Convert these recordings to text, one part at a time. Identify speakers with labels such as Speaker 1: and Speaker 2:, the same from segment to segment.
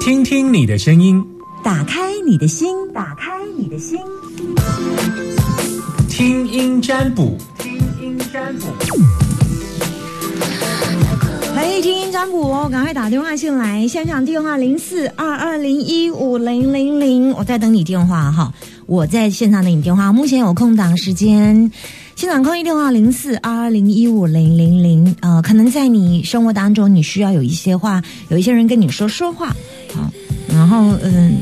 Speaker 1: 听听你的声音，
Speaker 2: 打开你的心，打开你的心，
Speaker 1: 听音占卜，听音占卜。
Speaker 2: 来听音占卜哦，赶快打电话进来，现场电话零四二二零一五零零零，我在等你电话哈，我在现场等你电话，目前有空档时间。现场空一电话零四二二零一五零零零，呃，可能在你生活当中，你需要有一些话，有一些人跟你说说话，好，然后嗯，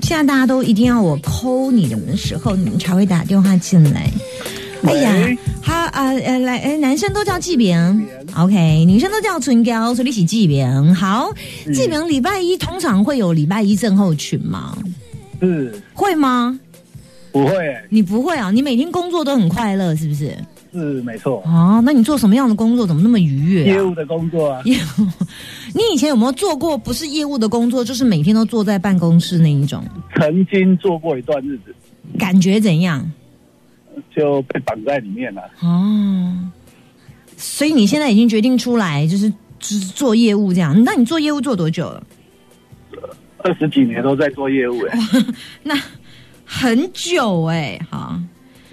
Speaker 2: 现在大家都一定要我抠你们的时候，你们才会打电话进来。哎呀
Speaker 3: 喂，
Speaker 2: 他呃呃来，呃男生都叫纪炳，OK，女生都叫春娇，所以你起纪炳。好，纪炳礼拜一通常会有礼拜一症候群吗？
Speaker 3: 是
Speaker 2: 会吗？
Speaker 3: 不会、欸，
Speaker 2: 你不会啊？你每天工作都很快乐，是不是？
Speaker 3: 是没错。
Speaker 2: 哦，那你做什么样的工作？怎么那么愉悦、
Speaker 3: 业
Speaker 2: 啊？
Speaker 3: 务的工作啊，
Speaker 2: 业务， 你以前有没有做过不是业务的工作，就是每天都坐在办公室那一种？
Speaker 3: 曾经做过一段日子，
Speaker 2: 感觉怎样？
Speaker 3: 就被绑在里面啊了。
Speaker 2: 哦，所以你现在已经决定出来，就是就是做业务这样。那你做业务做多久了？
Speaker 3: 二十几年都在做业务、欸，
Speaker 2: 那很久哎、好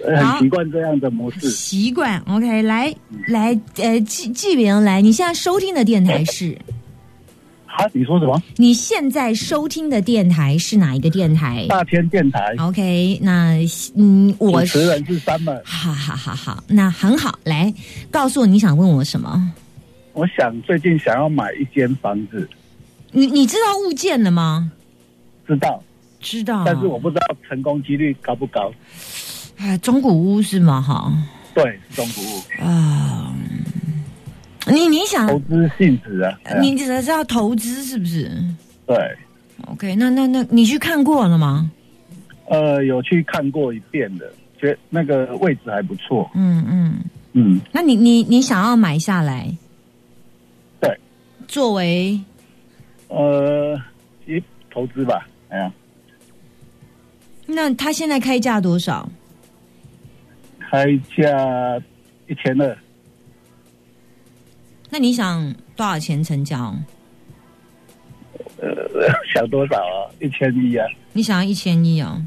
Speaker 3: 呃
Speaker 2: 哦好
Speaker 3: 很习惯这样的模式。
Speaker 2: 习惯。OK，来
Speaker 3: 嗯
Speaker 2: 来，呃，纪纪明来，你现在收听的电台是？
Speaker 3: 哈，你说什么？
Speaker 2: 你现在收听的电台是哪一个电台？
Speaker 3: 大天电台
Speaker 2: OK，那嗯，哦我
Speaker 3: 啊主
Speaker 2: 是
Speaker 3: 持人是 Summer，
Speaker 2: 哈哈哈哈，那很好，来告诉我你想问我什么？
Speaker 3: 我想最近想要买一间房子，
Speaker 2: 你你知道物件了吗？
Speaker 3: 知道，
Speaker 2: 知道
Speaker 3: 但是我不知道成功几率高不高。
Speaker 2: 哎，中古屋是吗？哈
Speaker 3: 对，是中服务
Speaker 2: 啊，你你想
Speaker 3: 投资性质啊，哎呀
Speaker 2: 嗯呃你只是要投资是不是
Speaker 3: 对，
Speaker 2: ？OK，那那那你去看过了吗？
Speaker 3: 呃，有去看过一遍的，觉那个位置还不错。
Speaker 2: 嗯嗯，
Speaker 3: 嗯，
Speaker 2: 那你你你想要买下来
Speaker 3: 对，
Speaker 2: 作为
Speaker 3: 呃，一投资吧，哎呀。
Speaker 2: 那他现在开价多少？
Speaker 3: 开价一千二，
Speaker 2: 那你想多少钱成交？
Speaker 3: 呃，想多少啊？一千一啊？
Speaker 2: 你想要一千一哦？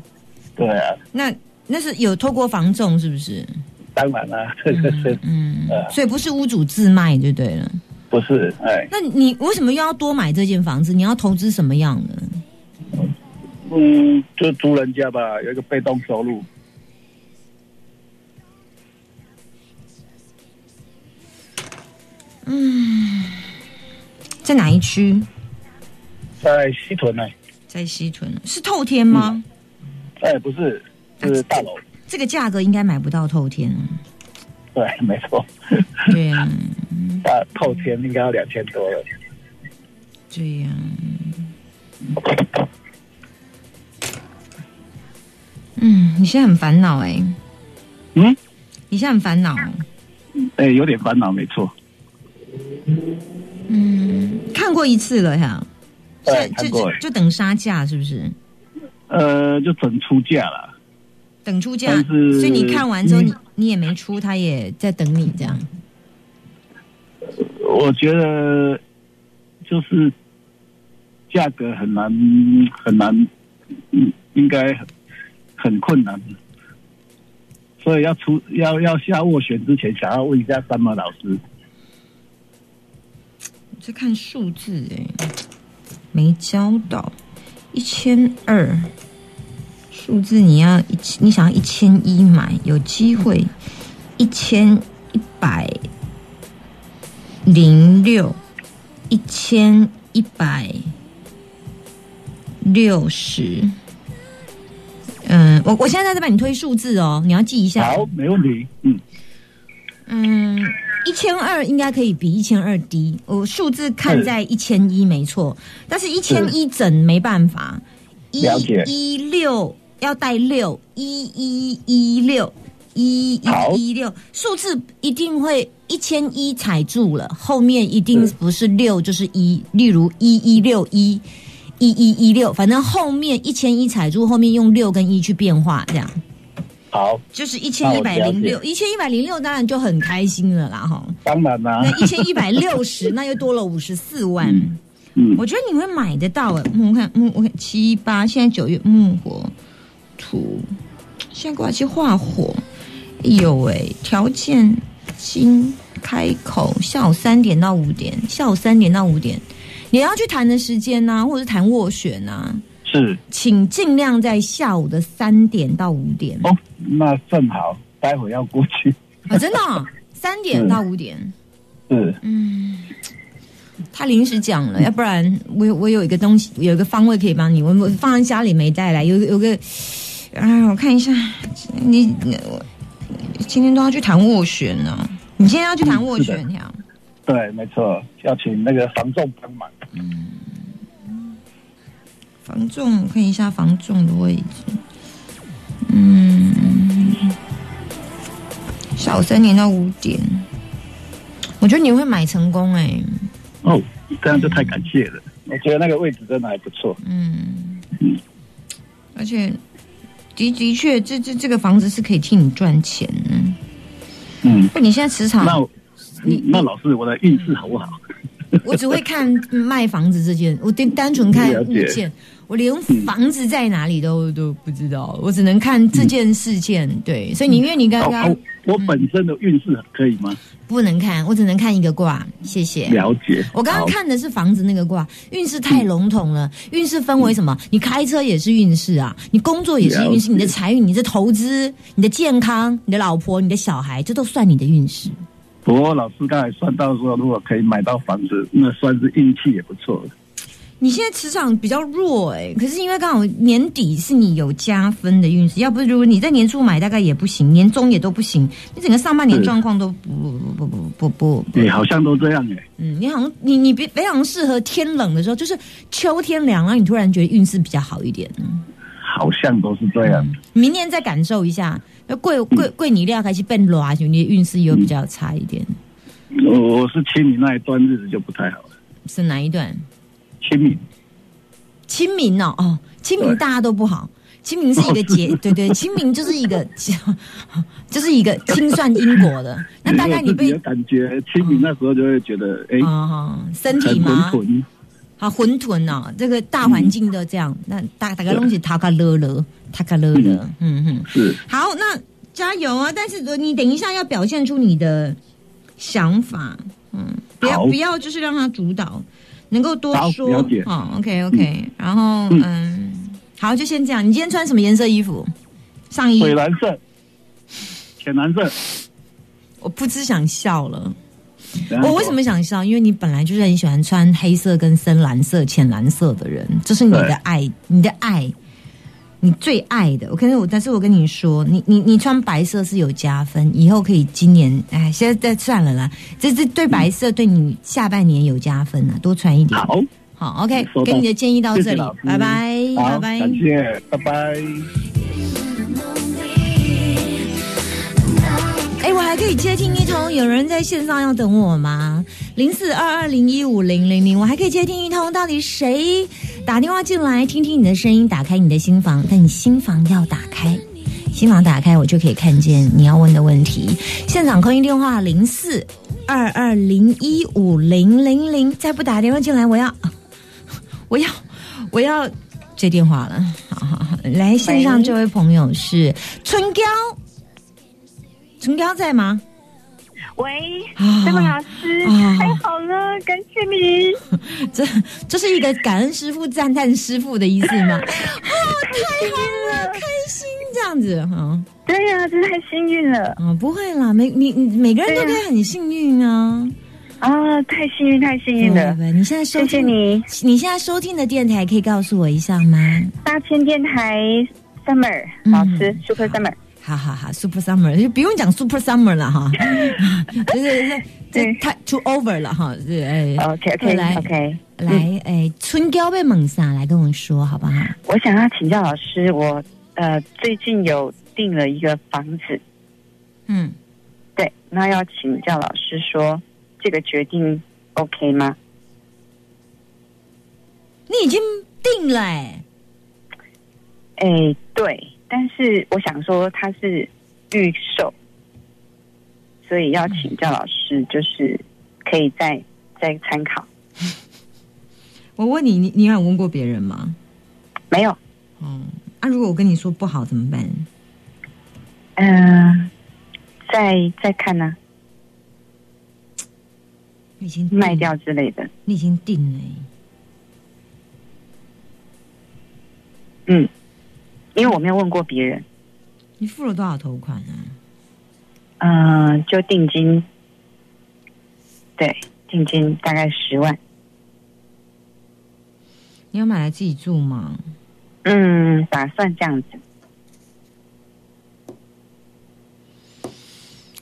Speaker 3: 对啊，
Speaker 2: 那那是有透过房仲是不是？
Speaker 3: 当然啦、 这个是
Speaker 2: 嗯
Speaker 3: 呃，
Speaker 2: 所以不是屋主自卖就对了。
Speaker 3: 不是？哎，
Speaker 2: 那你为什么又要多买这间房子？你要投资什么样的？
Speaker 3: 嗯，就租人家吧，有一个被动收入。
Speaker 2: 在哪一区？
Speaker 3: 在西屯呢、
Speaker 2: 在西屯，是透天吗？
Speaker 3: 哎，不是，是大楼。
Speaker 2: 这个价格应该买不到透天。
Speaker 3: 对，没错，
Speaker 2: 对啊呀、
Speaker 3: 大透天应该要两千多了。
Speaker 2: 对啊呀、嗯，你现在很烦恼哎、
Speaker 3: 嗯，
Speaker 2: 你现在很烦恼。
Speaker 3: 哎，有点烦恼，没错。
Speaker 2: 看过一次了呀，现
Speaker 3: 对
Speaker 2: 在
Speaker 3: 哎看
Speaker 2: 就
Speaker 3: 过
Speaker 2: 就就等杀价是不是？
Speaker 3: 呃，就整出价了。
Speaker 2: 等出价，
Speaker 3: 但是
Speaker 2: 所以你看完之后，
Speaker 3: 嗯
Speaker 2: 你你也没出，他也在等你这样。
Speaker 3: 我觉得就是价格很难很难，嗯，应该很很困难。所以要出要要下斡旋之前，想要问一下三毛老师，
Speaker 2: 我在看数字哎、没教到一千二，数字你要一千，你想要一千一买，有机会一千一百零六，一千一百六十。嗯，我我现在在帮你推数字哦，你要记一下。
Speaker 3: 好，没问题，嗯，
Speaker 2: 嗯，一千二应该可以比一千二低，我数字看在一千一没错，但是一千一整没办法，一
Speaker 3: 了解
Speaker 2: 一六要带六，一一一六。一
Speaker 3: 好
Speaker 2: 一一六数字一定会一千一踩住了，后面一定
Speaker 3: 是
Speaker 2: 不是六就是一，例如一一六一，一一一六，反正后面一千一踩住，后面用六跟一去变化，这样。
Speaker 3: 好，
Speaker 2: 就是一千一百零六，一千一百零六当然就很开心了啦哈。
Speaker 3: 当然啦、
Speaker 2: 那一千一百六十，那又多了五十四万。
Speaker 3: 嗯嗯
Speaker 2: 我觉得你会买得到哎、木我看木，我看七八，现在九月木火土，现在卦气化火，有哎、条件金开口，下午三点到五点，下午三点到五点，你要去谈的时间呐、或者是谈斡旋呐、
Speaker 3: 是
Speaker 2: 请尽量在下午的三点到五点
Speaker 3: 哦，那正好，待会要过去，
Speaker 2: 啊，真的哦三、点到五点。
Speaker 3: 是
Speaker 2: 他临时讲了，要不然我有我有一个东西，有一个方位可以帮你，我我放在家里没带来，有有个，啊，我看一下，你你我今天都要去谈斡旋呢、你今天要去谈斡旋呀？
Speaker 3: 对，没错，要请那个房仲帮忙，
Speaker 2: 房仲，我看一下房仲的位置，嗯，下午三点到五点，我觉得你会买成功哎、
Speaker 3: 哦，这样就太感谢了，我觉得那个位置真的还不错，
Speaker 2: 嗯，而且的的确，这这这个房子是可以替你赚钱的。
Speaker 3: 嗯，
Speaker 2: 不，你现在磁场，
Speaker 3: 那我
Speaker 2: 啊你
Speaker 3: 那老师我的运势好不好？
Speaker 2: 我只会看卖房子这件，我单单纯看
Speaker 3: 了
Speaker 2: 物
Speaker 3: 解
Speaker 2: 件，我连房子在哪里都都不知道，我只能看这件事件。对，所以你因为你刚
Speaker 3: 哦
Speaker 2: 刚
Speaker 3: 哦，我本身的运势可以吗？
Speaker 2: 不能看，我只能看一个卦。谢谢。
Speaker 3: 了解，
Speaker 2: 嗯我刚刚
Speaker 3: 好
Speaker 2: 看的是房子那个卦，运势太笼统了。运势分为什么？你开车也是运势啊，你工作也是运势，
Speaker 3: 了解
Speaker 2: 你的财运、你的投资、你的健康、你的老婆、你的小孩，这都算你的运势。
Speaker 3: 不过老师刚才算到说，如果可以买到房子，那算是运气也不
Speaker 2: 嗯
Speaker 3: 错。
Speaker 2: 你现在磁场比较弱哎、可是因为刚好年底是你有加分的运势，要不如果你在年初买，大概也不行，年终也都不行，你整个上半年
Speaker 3: 是
Speaker 2: 状况都不不不不不不
Speaker 3: 哎、好像都这样哎、
Speaker 2: 嗯，你好像你你比非常适合天冷的时候，就是秋天凉，然后你突然觉得运势比较好一点。
Speaker 3: 好像都是这样。
Speaker 2: 明年再感受一下。那贵贵贵你料开始变热，就你的运势又比较差一点。嗯
Speaker 3: 我我是清明那一段日子就不太好了。
Speaker 2: 是哪一段？
Speaker 3: 清明
Speaker 2: 清明哦，哦，清明
Speaker 3: 对
Speaker 2: 大家都不好。清明是一个节，对对，清明就是一个， 就是一个清算因果的。那大概你
Speaker 3: 我自己
Speaker 2: 被
Speaker 3: 的感觉，清明那时候就会觉得，哎、
Speaker 2: 哦，身体
Speaker 3: 很
Speaker 2: 嘛，
Speaker 3: 浑沌。
Speaker 2: 啊，混沌哦，这个大环境都这样，那大大家东西塔卡勒勒，塔卡勒勒，嗯嗯。
Speaker 3: 是
Speaker 2: 好，那加油啊！但是你等一下要表现出你的想法，嗯，不要
Speaker 3: 好
Speaker 2: 不要就是让他主导，能够多
Speaker 3: 好
Speaker 2: 说。
Speaker 3: 了解嗯
Speaker 2: 哦，OK OK，、然后嗯好，就先这样。你今天穿什么颜色衣服？上衣？
Speaker 3: 水蓝色、浅蓝色。
Speaker 2: 我不知想笑了。
Speaker 3: 然后
Speaker 2: 我为什么想笑？因为你本来就是很喜欢穿黑色跟深蓝色、浅蓝色的人，这是你的
Speaker 3: 对
Speaker 2: 爱，你的爱，你最爱的。我跟我，但是我跟你说，你你你穿白色是有加分，以后可以今年，哎，现在算了啦，这这对白色对你下半年有加分啊，多穿一点。
Speaker 3: 好？
Speaker 2: 好，OK，
Speaker 3: 收到
Speaker 2: 给你的建议到
Speaker 3: 谢
Speaker 2: 这
Speaker 3: 谢
Speaker 2: 里
Speaker 3: 老，师，
Speaker 2: 拜拜，
Speaker 3: 好
Speaker 2: 拜拜。
Speaker 3: 感谢，拜拜。
Speaker 2: 哎，我还可以接听一通，有人在线上要等我吗？零四二二零一五零零零，我还可以接听一通，到底谁打电话进来？听听你的声音，打开你的心房，但你心房要打开。心房打开，我就可以看见你要问的问题。现场扣音电话零四二二零一五零零零，再不打电话进来，我要，我要，我要接电话了。 好好好，来线上这位朋友是春娇，春娇在吗？
Speaker 4: 喂，
Speaker 2: 啊
Speaker 4: 郑老师，
Speaker 2: 啊
Speaker 4: 太好了，感谢你，
Speaker 2: 这 这是一个感恩师傅、赞叹师傅的意思 吗？哦
Speaker 4: 太幸运了，
Speaker 2: 开心这样子，嗯
Speaker 4: 对呀、真的太幸运了
Speaker 2: 嗯，不会啦，每你你每个人都可
Speaker 4: 对啊
Speaker 2: 以很幸运啊，
Speaker 4: 啊，太幸运，太幸
Speaker 2: 对
Speaker 4: 运了
Speaker 2: 不，对？你现在收听
Speaker 4: 谢谢，你，
Speaker 2: 你现在收听的电台可以告诉我一下吗？
Speaker 4: 大千电台 Summer
Speaker 2: 嗯
Speaker 4: 老师，Super Summer，
Speaker 2: 好好好，Super Summer 就不用讲 Super Summer 了 哈，就是这
Speaker 4: 对
Speaker 2: 太 too over 了哈，这哎
Speaker 4: OK
Speaker 2: 来
Speaker 4: OK 哦 OK，
Speaker 2: 来哎，春娇被猛杀，来跟我说好不好？
Speaker 4: 我想要请教老师，我呃最近有订了一个房子，
Speaker 2: 嗯，
Speaker 4: 对，那要请教老师说这个决定 OK 吗？
Speaker 2: 你已经定了哎，
Speaker 4: 哎，对，但是我想说它是预售，所以要请教老师，就是可以再再参考。
Speaker 2: 我问你，你你有问过别人吗？
Speaker 4: 没有，
Speaker 2: 哦，啊，如果我跟你说不好怎么办？
Speaker 4: 嗯、再再看呢、
Speaker 2: 你已经定
Speaker 4: 卖掉，之类的。
Speaker 2: 你已经定了欸耶。
Speaker 4: 嗯，因为我没有问过别人，
Speaker 2: 你付了多少头款啊？
Speaker 4: 嗯、就定金，对，定金大概十万。
Speaker 2: 你要买来自己住吗？
Speaker 4: 嗯，打算这样子。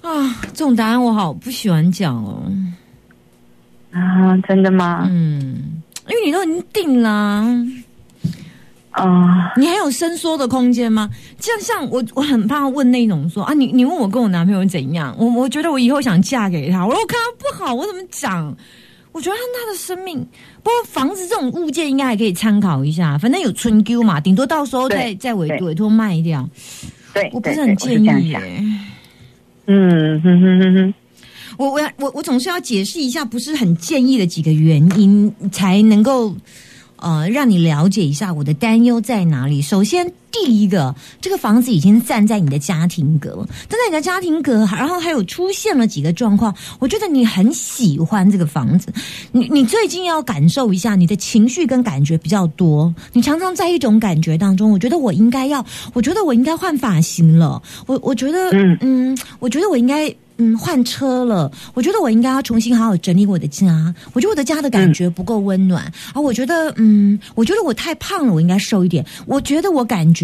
Speaker 2: 啊，这种答案我好不喜欢讲哦。
Speaker 4: 啊，真的吗？
Speaker 2: 嗯，因为你都已经定啦、
Speaker 4: 啊、
Speaker 2: 你还有伸缩的空间吗？像像我，我很怕问那种说啊，你你问我跟我男朋友怎样，我我觉得我以后想嫁给他，我说我看他不好，我怎么讲？我觉得他他的生命，不过房子这种物件应该还可以参考一下，反正有春 Q 嘛，顶多到时候再
Speaker 4: 对
Speaker 2: 再委
Speaker 4: 对
Speaker 2: 委托卖掉。
Speaker 4: 对，
Speaker 2: 我不
Speaker 4: 对
Speaker 2: 是很建
Speaker 4: 对我是
Speaker 2: 议
Speaker 4: 这
Speaker 2: 耶、
Speaker 4: 样想嗯哼哼哼哼，
Speaker 2: 我我要我我总是要解释一下，不是很建议的几个原因，才能够呃让你了解一下我的担忧在哪里。首先，第一个，这个房子已经站在你的家庭格，站在你的家庭格，然后还有出现了几个状况，我觉得你很喜欢这个房子，你你最近要感受一下你的情绪跟感觉比较多，你常常在一种感觉当中，我觉得我应该要，我觉得我应该换发型了，我我觉得
Speaker 4: 嗯
Speaker 2: 嗯，我觉得我应该嗯换车了，我觉得我应该要重新好好整理我的家，我觉得我的家的感觉不够温暖、啊，我觉得嗯，我觉得我太胖了，我应该瘦一点，我觉得我感觉。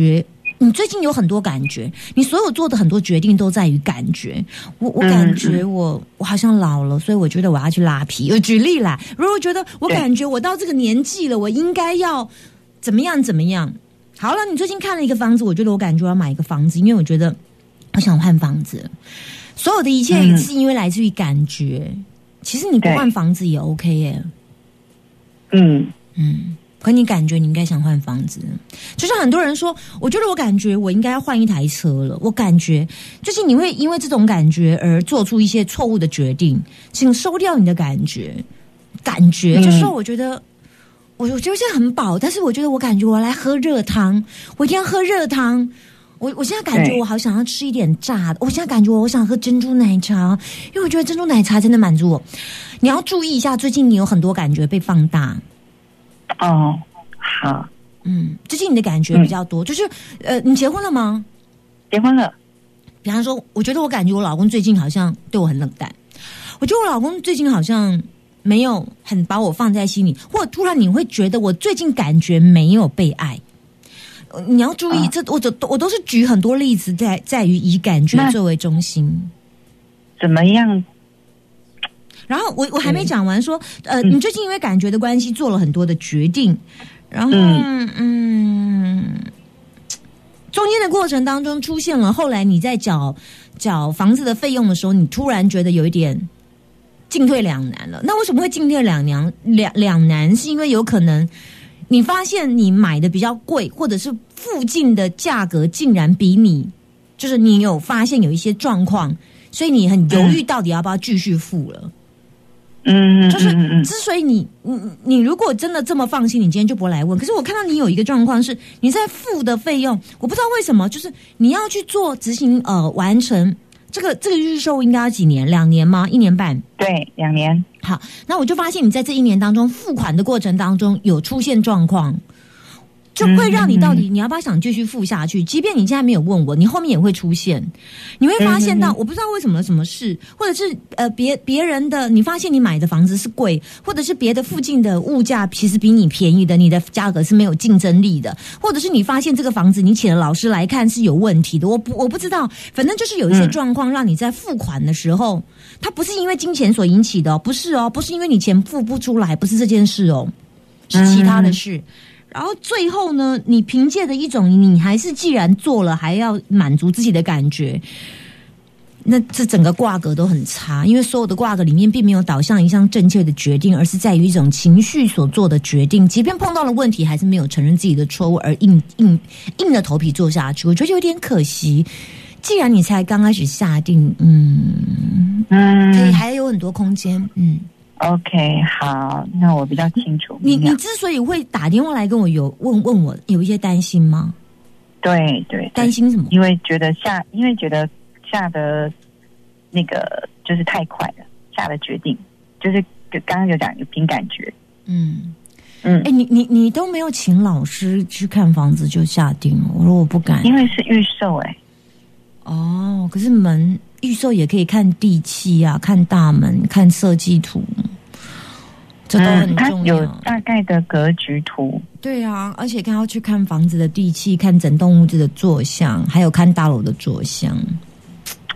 Speaker 2: 你最近有很多感觉，你所有做的很多决定都在于感觉。我我
Speaker 4: 嗯
Speaker 2: 感觉我、我好像老了，所以我觉得我要去拉皮。我举例啦，如果觉得我
Speaker 4: 对
Speaker 2: 感觉我到这个年纪了，我应该要怎么样怎么样。好了，你最近看了一个房子，我觉得我感觉我要买一个房子，因为我觉得我想换房子。所有的一切
Speaker 4: 嗯
Speaker 2: 是因为来自于感觉，其实你不
Speaker 4: 对
Speaker 2: 换房子也 OK 耶、
Speaker 4: 嗯
Speaker 2: 嗯，可你感觉你应该想换房子，就像很多人说，我觉得我感觉我应该要换一台车了。我感觉就是你会因为这种感觉而做出一些错误的决定，请收掉你的感觉。感觉
Speaker 4: 嗯
Speaker 2: 就是我觉得，我我觉得现在很饱，但是我觉得我感觉我来喝热汤，我一定要喝热汤。我我现在感觉
Speaker 4: 对
Speaker 2: 我好想要吃一点炸的，我现在感觉我想喝珍珠奶茶，因为我觉得珍珠奶茶真的满足我。你要注意一下，最近你有很多感觉被放大，
Speaker 4: 哦，好，
Speaker 2: 嗯，最近你的感觉比较多，就是呃，你结婚了吗？
Speaker 4: 结婚了，
Speaker 2: 比方说，我觉得我感觉我老公最近好像对我很冷淡，我觉得我老公最近好像没有很把我放在心里，或者突然你会觉得我最近感觉没有被爱。呃你要注意，
Speaker 4: 啊
Speaker 2: 这我都我都是举很多例子在在于以感觉
Speaker 4: 那
Speaker 2: 作为中心。
Speaker 4: 怎么样？
Speaker 2: 然后我我还没讲完说，呃，
Speaker 4: 嗯
Speaker 2: 你最近因为感觉的关系做了很多的决定，然后嗯
Speaker 4: 嗯
Speaker 2: 中间的过程当中出现了，后来你在缴缴房子的费用的时候，你突然觉得有一点进退两难了。那为什么会进退两难？两两难是因为有可能你发现你买的比较贵，或者是附近的价格竟然比你，就是你有发现有一些状况，所以你很犹豫到底要不要继续付了。
Speaker 4: 嗯，
Speaker 2: 就是
Speaker 4: 嗯嗯
Speaker 2: 之所以你你你如果真的这么放心，你今天就不来问。可是我看到你有一个状况是，你在付的费用，我不知道为什么，就是你要去做执行呃完成这个这个预售应该要几年？两年吗？一年半？
Speaker 4: 对，两年，
Speaker 2: 好，那我就发现你在这一年当中付款的过程当中有出现状况，就会让你到
Speaker 4: 嗯
Speaker 2: 底你要不要想继续付下去？即便你现在没有问我，你后面也会出现，你会发现到我不知道为什么什么事，或者是呃别别人的，你发现你买的房子是贵，或者是别的附近的物价其实比你便宜的，你的价格是没有竞争力的，或者是你发现这个房子你请了老师来看是有问题的，我不我不知道，反正就是有一些
Speaker 4: 嗯
Speaker 2: 状况让你在付款的时候。它不是因为金钱所引起的、哦，不是哦，不是因为你钱付不出来，不是这件事哦，是其他的事。然后最后呢，你凭借着一种你还是既然做了，还要满足自己的感觉，那这整个挂格都很差，因为所有的挂格里面并没有导向一项正确的决定，而是在于一种情绪所做的决定。即便碰到了问题，还是没有承认自己的错误，而硬硬硬着头皮做下去，我觉得有点可惜。既然你才刚开始下定，嗯，
Speaker 4: 嗯
Speaker 2: 可以还有很多空间，嗯，
Speaker 4: OK，好，那我比较清楚。
Speaker 2: 你你
Speaker 4: 明了
Speaker 2: 之所以会打电话来跟我有问问我有一些担心吗？
Speaker 4: 对对
Speaker 2: 担
Speaker 4: 对，
Speaker 2: 心什么？
Speaker 4: 因为觉得下，因为觉得下的那个就是太快了，下的决定就是刚刚有讲有凭感觉，
Speaker 2: 嗯，
Speaker 4: 嗯
Speaker 2: 哎、，你你你都没有请老师去看房子就下定了，我说我不敢。
Speaker 4: 因为是预售哎、
Speaker 2: 哦，可是门预售也可以看地契啊，看大门，看设计图，这都很
Speaker 4: 嗯，它
Speaker 2: 重要。
Speaker 4: 有大概的格局图，
Speaker 2: 对啊，而且还要去看房子的地契，看整栋屋子的坐向，还有看大楼的坐向。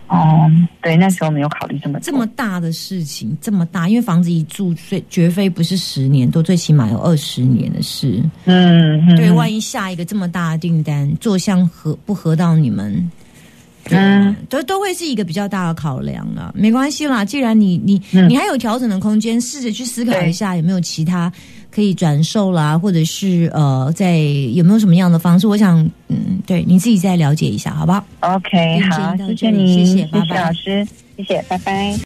Speaker 4: 哦，对，那时候没有考虑这么多
Speaker 2: 这么大的事情，这么大，因为房子一住，最绝非不是十年多，最起码有二十年的事。
Speaker 4: 嗯，嗯
Speaker 2: 对，万一下一个这么大的订单，坐向合不合到你们，对
Speaker 4: 嗯
Speaker 2: 啊、都都会是一个比较大的考量啊。没关系啦，既然你你、
Speaker 4: 嗯
Speaker 2: 你还有调整的空间，试着去思考一下有没有其他可以转售啦，或者是呃，在有没有什么样的方式？我想，嗯，对你自己再了解一下，好不好？
Speaker 4: OK，
Speaker 2: 今天
Speaker 4: 好，
Speaker 2: 到
Speaker 4: 谢
Speaker 2: 这
Speaker 4: 谢
Speaker 2: 里
Speaker 4: 您，
Speaker 2: 谢谢
Speaker 4: 谢
Speaker 2: 拜
Speaker 4: 谢
Speaker 2: 拜
Speaker 4: 老师，谢谢，拜拜。